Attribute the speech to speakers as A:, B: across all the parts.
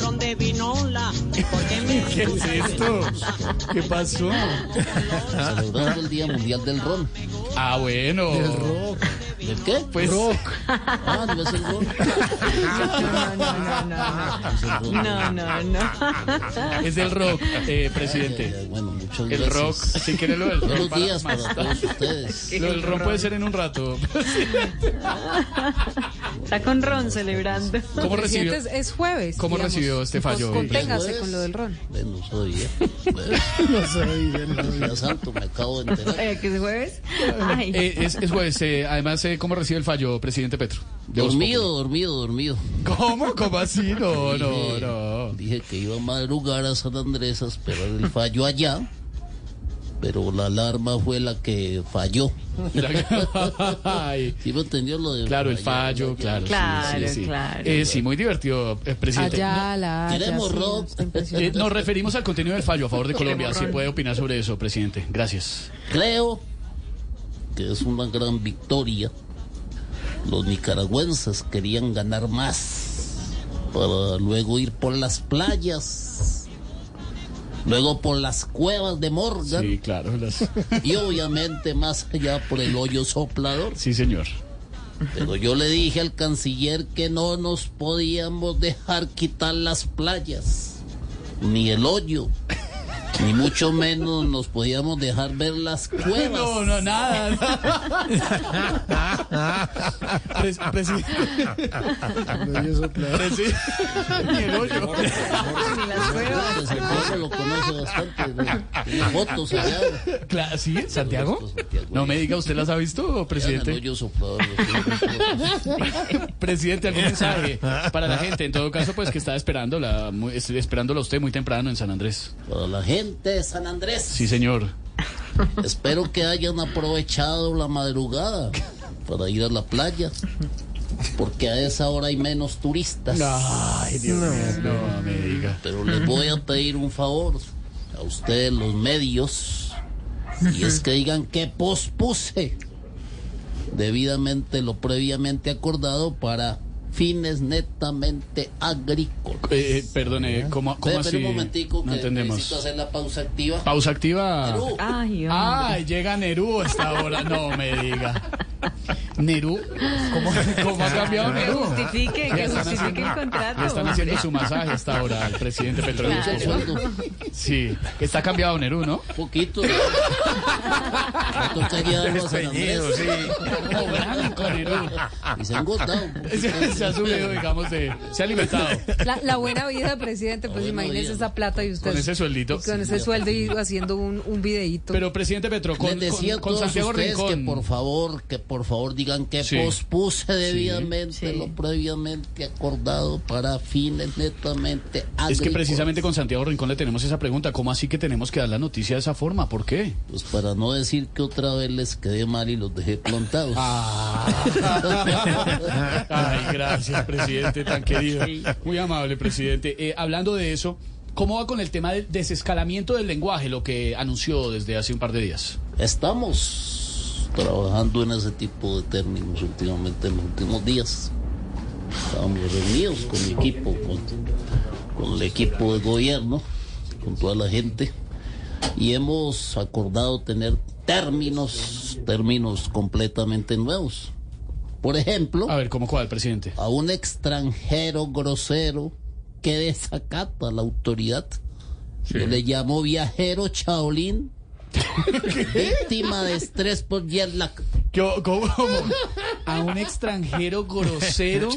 A: ron de vinola. Porque me
B: ¿Qué es esto? ¿Qué pasó?
C: Celebrando el Día Mundial del Ron.
B: Ah, bueno.
D: El rock.
C: ¿Del qué?
B: Pues,
D: Rock.
C: Ah, no es el ron.
A: No, no, no, no.
C: Es el ron.
A: No, no, no.
B: es del rock, eh,
C: Ay, ay,
B: presidente.
C: ay, Bueno, muchas
B: El
C: gracias.
B: rock, si quiere lo del ron.
C: Buenos
B: para
C: días
B: más
C: para
B: tarde.
C: todos ustedes. Pues,
B: Lo del ron puede ser en un rato.
A: Está con ron celebrando.
B: ¿Cómo recibió?
E: Presidente, es, es jueves.
B: ¿Cómo recibió este fallo,
E: pues, Conténgase
C: Luis?
E: con lo del ron.
C: Bueno, soy día. Bueno,
D: No soy de
C: buenos días, santo, me acabo de enterar.
E: Eh, ¿Que es jueves?
A: Ay.
B: Eh, es, es jueves. eh, además, eh, ¿cómo recibe el fallo, presidente Petro? De Voz
C: Dormido, dormido, dormido.
B: Populi. ¿Cómo? ¿Cómo así? No, no,
C: Dije-
B: no.
C: Dije que iba a madrugar a San Andrés a esperar el fallo allá, pero la alarma fue la que falló.
B: Ay,
C: ¿Sí me entendió lo de
B: claro, el fallo, claro. sí,
A: Claro,
B: sí, sí.
A: claro.
B: Eh, sí, muy divertido, eh, presidente.
E: Allá, la. Haya,
C: Queremos
E: sí,
C: rock.
E: está impresionante.
B: Eh, nos referimos al contenido del fallo a favor de Colombia. Si puede opinar sobre eso, presidente. Gracias.
C: Creo que es una gran victoria. Los nicaragüenses querían ganar más para luego ir por las playas, luego por las cuevas de Morgan
B: Sí, claro. las-
C: y obviamente más allá por el hoyo soplador.
B: Sí, señor.
C: Pero yo le dije al canciller que no nos podíamos dejar quitar las playas, ni el hoyo, ni mucho menos nos podíamos dejar ver las cuevas.
B: Eh, No, no, nada. Pres- presidente.
D: Yo soplaba.
B: presi- Ni el hoyo.
A: Ni las pruebas.
C: Pues, el pueblo lo conoce bastante. ¿no? Tiene fotos allá.
B: Cla- ¿Sí? ¿Santiago?
C: Santiago.
B: No me diga, ¿usted las ha visto,
C: Presidente.
B: presidente?
C: Yo soplador, lo tiene.
B: Presidente, algún mensaje para la gente. En todo caso, pues que está esperándola, muy- es- esperándola a usted muy temprano en San Andrés.
C: Para la gente de San Andrés.
B: Sí, señor.
C: Espero que hayan aprovechado la madrugada para ir a la playa. Porque a esa hora hay menos turistas.
B: Ay, Dios mío. No me diga.
C: Pero les voy a pedir un favor a ustedes, los medios, y es que digan que pospuse debidamente lo previamente acordado para fines netamente agrícolas.
B: Eh, perdone, ¿cómo, cómo
C: Espera
B: así?
C: un momentico
B: no
C: que necesito
B: entendemos. Ah.
C: hacer la pausa activa.
B: Pausa activa.
C: Perú,
A: Ay, hombre.
B: Ay, Ah, llega Nerú a esta hora. No me diga. Nerú, ¿cómo, cómo ha cambiado
A: Que
B: Nerú?
A: justifique,
B: Le
A: que
B: están
A: justifique el
B: haciendo- Le están
A: contrato.
B: haciendo su masaje hasta ahora al presidente Petro.
C: mucho sueldo,
B: Sí, está cambiado Nerú, ¿no?
C: poquito. Me toca llevarlo a San Andrés.
B: Como blanco Nerú.
C: Y se han agotado. un
B: Se, se ha subido, digamos, de, se ha alimentado
E: La, la buena vida, presidente, pues
C: buena
E: imagínese
C: vida.
E: esa plata y usted.
B: con ese sueldito.
E: y con ese sueldo y haciendo un, un videíto.
B: Pero presidente Petro, con,
C: Les decía
B: con, con
C: a todos
B: Santiago
C: ustedes
B: Rincón.
C: que por favor, que por favor digan que
B: Sí.
C: pospuse debidamente lo previamente acordado para fines netamente agrícolas.
B: Es que precisamente con Santiago Rincón le tenemos esa pregunta. ¿Cómo así que tenemos que dar la noticia de esa forma? ¿Por qué?
C: Pues para no decir que otra vez les quedé mal y los dejé plantados.
B: Ah, Ay, gracias, presidente, tan querido. Muy amable, presidente. Eh, hablando de eso, ¿cómo va con el tema del desescalamiento del lenguaje, lo que anunció desde hace un par de días?
C: Estamos trabajando en ese tipo de términos últimamente, en los últimos días. Estábamos reunidos con mi equipo, con, con el equipo de gobierno, con toda la gente, y hemos acordado tener términos, términos completamente nuevos. Por ejemplo,
B: A ver, ¿cómo cuál, presidente?
C: a un extranjero grosero que desacata a la autoridad. Yo le llamo viajero chaolín, víctima de estrés por jet lag.
B: Yo, ¿cómo? A un extranjero grosero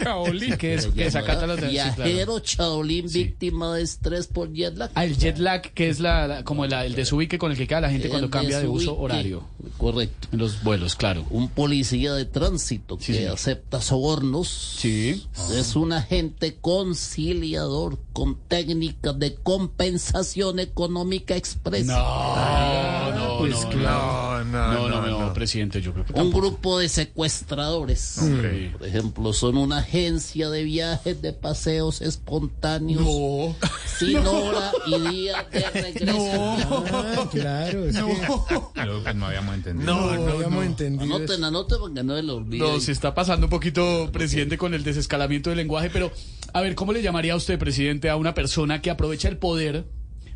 B: que, es, que desacata la sí, claro.
C: Viajero chaolín, víctima de estrés por jet lag.
B: Ah, el jet lag, que es la, la- como la- el desubique con el que cae la gente cuando
C: El
B: cambia de uso
C: desubique.
B: horario
C: Correcto.
B: en los vuelos, claro.
C: Un policía de tránsito
B: Sí,
C: que
B: señor.
C: acepta sobornos.
B: Sí.
C: Es un agente conciliador con técnicas de compensación económica expresa.
B: No, no, no, no.
D: Pues claro,
B: No,
F: no,
B: no, Ah, no, presidente, yo creo que
C: Un
B: tampoco.
C: grupo de secuestradores.
B: Hombre.
C: Por ejemplo, son una agencia de viajes, de paseos espontáneos,
B: No.
C: sin hora y día de regreso.
D: Ah, claro, es que
F: Algo que no habíamos entendido.
D: no,
B: No, no,
D: habíamos
B: no.
D: entendido.
C: Anoten, anoten porque no se lo olviden.
B: No, se está pasando un poquito, presidente, con el desescalamiento del lenguaje, pero a ver, ¿cómo le llamaría a usted, presidente, a una persona que aprovecha el poder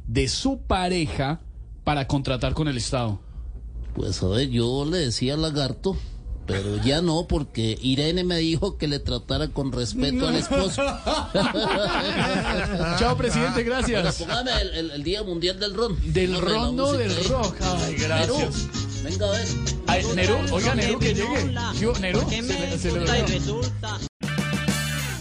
B: de su pareja para contratar con el Estado?
C: Pues a ver, yo le decía lagarto, pero ya no, porque Irene me dijo que le tratara con respeto al esposo.
B: Chao, presidente, gracias.
C: Póngame el, el- el Día Mundial del Ron.
B: Del
C: Póngame la
B: rondo
C: música
B: del
C: ahí.
B: rock. Ay, gracias.
C: Perú, venga a ver.
B: Ay, Nerú, oiga, Nerú, que llegue. Yo, Nerú,
A: ¿Qué
B: se
A: me
B: le- se le
A: resulta y
B: olvidó.
A: resulta?